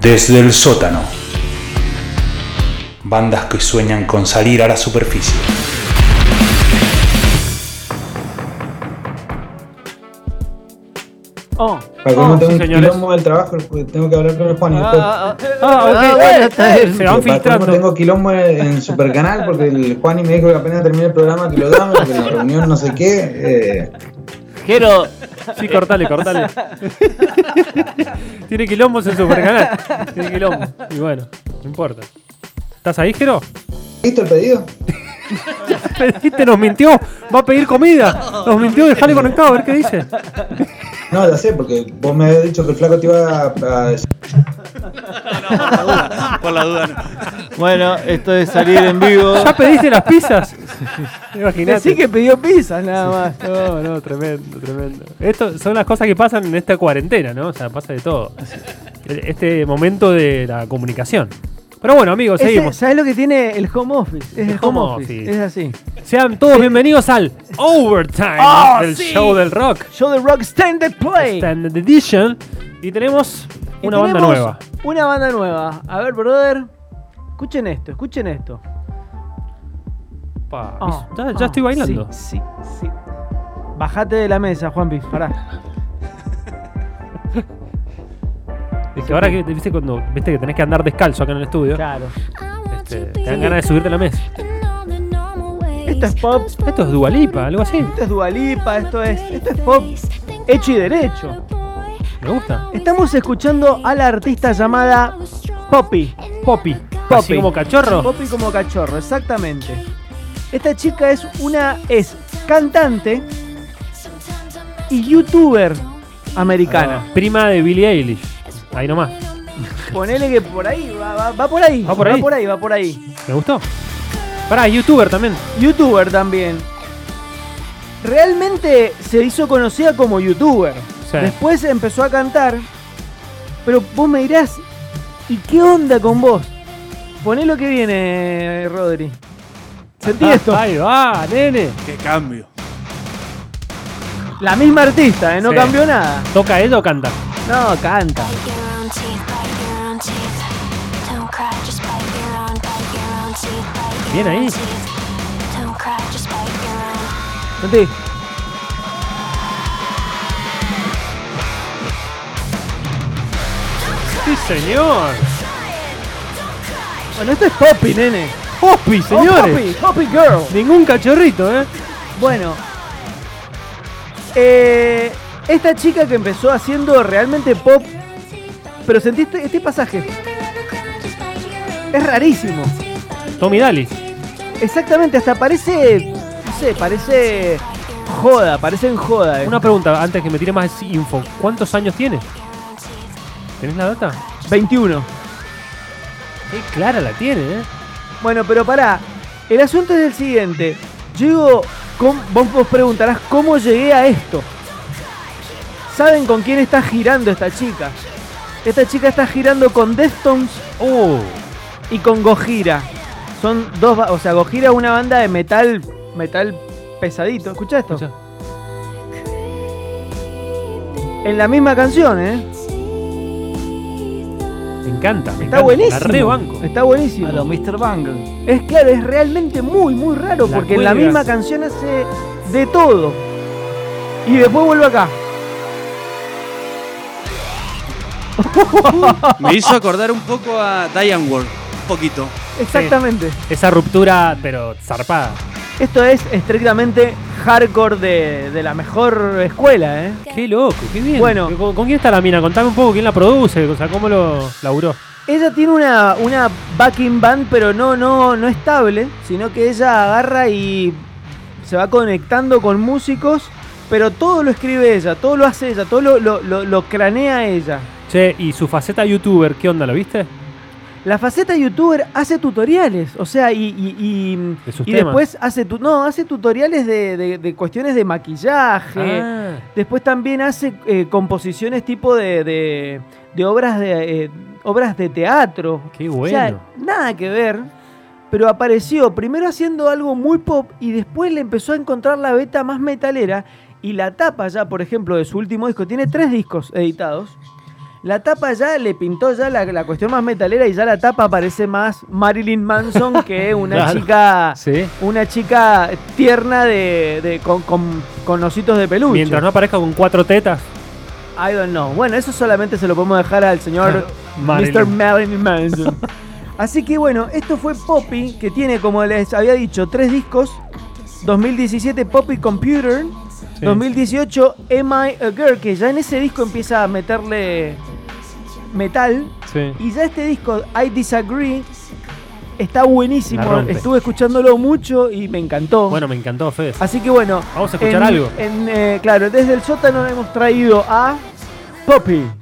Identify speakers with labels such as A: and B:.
A: Desde el sótano. Bandas que sueñan con salir a la superficie.
B: Oh,
C: Para
B: oh,
C: cómo tengo
B: sí,
C: un
B: señores.
C: quilombo del trabajo, porque tengo que hablar con el Juan y después.
B: Ah, ah, ah, ok.
D: Ah, bueno, está bien.
B: Se van
C: Para cómo
B: filtrando.
C: tengo quilombo en Supercanal porque el Juan y me dijo que apenas termine el programa que lo dame, porque la reunión no sé qué. eh,
D: Jero,
B: Sí, cortale, cortale. Tiene quilombos en su canal. Tiene quilombo. Y bueno, no importa. ¿Estás ahí, Jero?
C: ¿Listo el pedido?
B: Pediste, nos mintió. Va a pedir comida. Nos mintió, dejale conectado, a ver qué dice.
C: No, ya sé, porque vos me habías dicho que el flaco te iba a, a decir.
E: Por la duda, no.
D: bueno, esto es salir en vivo.
B: ¿Ya pediste las pizzas? Imaginate.
D: Así que pidió pizza nada más.
B: No, no, tremendo, tremendo. Esto son las cosas que pasan en esta cuarentena, ¿no? O sea, pasa de todo. Este momento de la comunicación. Pero bueno, amigos,
D: Ese-
B: seguimos.
D: ¿Sabes lo que tiene el home office? Es el, home,
B: home
D: office.
B: office.
D: Es así.
B: Sean todos bienvenidos al Overtime
D: Ah,
B: del
D: sí.
B: show del rock.
D: Show the Rock Standard Play.
B: Standard Edition. Y tenemos
D: Y
B: una banda
D: tenemos
B: nueva.
D: Una banda nueva. A ver, brother. Escuchen esto, escuchen esto.
B: Pa,
D: Ah,
B: ya ya
D: ah,
B: estoy bailando.
D: Sí, sí, sí. Bajate de la mesa, Juanpi. Pará.
B: Es que ahora que viste cuando viste que tenés que andar descalzo acá en el estudio,
D: Claro.
B: este, te dan ganas de subirte a la mesa.
D: Esto Este es pop.
B: Esto es Dualipa, algo así.
D: Esto es Dualipa, esto es, esto es pop hecho y derecho.
B: Me gusta.
D: Estamos escuchando a la artista llamada Poppy.
B: Poppy. Así
D: Poppy.
B: como cachorro.
D: Poppy como cachorro, exactamente. Esta chica es una es cantante y youtuber americana.
B: Prima de Billie Eilish. Ahí nomás.
D: Ponele que por ahí, va, va- va por ahí.
B: Va por ahí.
D: Va por ahí, va por ahí.
B: ¿Me gustó? Pará, es youtuber también.
D: Youtuber también. Realmente se hizo conocida como youtuber.
B: Sí.
D: Después empezó a cantar. Pero vos me dirás, ¿y qué onda con vos? Poné lo que viene, Rodri. Sentí esto.
B: Ah, Ahí va, nene.
E: Qué cambio.
D: La misma artista, ¿eh? no
B: Sí.
D: cambió nada.
B: ¿Toca ella o canta?
D: No, canta.
B: Bien ahí.
D: Sentí.
B: Sí, señor.
D: Bueno, esto es Poppy, nene.
B: Poppy, señores.
D: Oh, Poppy, Poppy Girl.
B: Ningún cachorrito, ¿eh?
D: Bueno. Eh, esta chica que empezó haciendo realmente pop. Pero sentiste este pasaje. Es rarísimo.
B: Tommy Daly.
D: Exactamente, hasta parece. No sé, parece. Joda, parece en joda. eh.
B: Una pregunta antes que me tire más info. ¿Cuántos años tiene? ¿Tenés la data?
D: 21.
B: Qué clara la tiene, ¿eh?
D: Bueno, pero pará. El asunto es el siguiente. Yo digo, ¿cómo- vos vos preguntarás cómo llegué a esto. ¿Saben con quién está girando esta chica? Esta chica está girando con Deftones
B: Oh,
D: y con Gojira. Son dos, ba- o sea, Gojira es una banda de metal, metal pesadito. Escucha esto.
B: escucha.
D: En la misma canción, ¿eh?
B: Me encanta. me
D: Está
B: encanta.
D: buenísimo.
B: La rebanco.
D: Está buenísimo.
F: A los Mr. Bungle.
D: Es claro, es realmente muy, muy raro
B: La
D: porque en la
B: cuelga.
D: misma canción hace de todo. Y después vuelve acá.
E: Me hizo acordar un poco a Diane Ward. Un poquito.
D: Exactamente.
B: Esa ruptura, pero zarpada.
D: Esto es estrictamente hardcore de, de la mejor escuela, ¿eh?
B: Qué loco, qué bien.
D: Bueno.
B: ¿Con, con quién está la mina? Contame un poco quién la produce, o sea, cómo lo laburó.
D: Ella tiene una, una backing band, pero no, no, no estable, sino que ella agarra y se va conectando con músicos, pero todo lo escribe ella, todo lo hace ella, todo lo, lo, lo- lo cranea ella.
B: Che, y su faceta youtuber, ¿qué onda? ¿Lo viste?
D: La faceta youtuber hace tutoriales, o sea, y, y- y-
B: De sus
D: y
B: temas.
D: después hace, tu- no, hace tutoriales de, de- de cuestiones de maquillaje,
B: Ah,
D: Después también hace eh, composiciones tipo de, de- de obras de eh, obras de teatro.
B: qué bueno.
D: O sea, nada que ver. Pero apareció primero haciendo algo muy pop y después le empezó a encontrar la beta más metalera. Y la tapa ya, por ejemplo, de su último disco, tiene tres discos editados. La tapa ya le pintó ya la, la cuestión más metalera y ya la tapa parece más Marilyn Manson que una
B: Claro.
D: chica.
B: Sí.
D: Una chica tierna de, de- con, con- con ositos de peluche.
B: Mientras no aparezca con cuatro tetas.
D: I don't know. Bueno, eso solamente se lo podemos dejar al señor Mr.
B: Marilyn.
D: Marilyn Manson. Así que bueno, esto fue Poppy, que tiene, como les había dicho, tres discos. 2017 Poppy Computer.
B: Sí.
D: 2018 Am I a Girl, que ya en ese disco empieza a meterle metal.
B: Sí.
D: Y ya este disco, I Disagree, está buenísimo.
B: La rompe.
D: Estuve escuchándolo mucho y me encantó.
B: Bueno, me encantó, Fede.
D: Así que bueno.
B: Vamos a escuchar
D: en-
B: algo.
D: en, eh, claro, desde el sótano hemos traído a Poppy.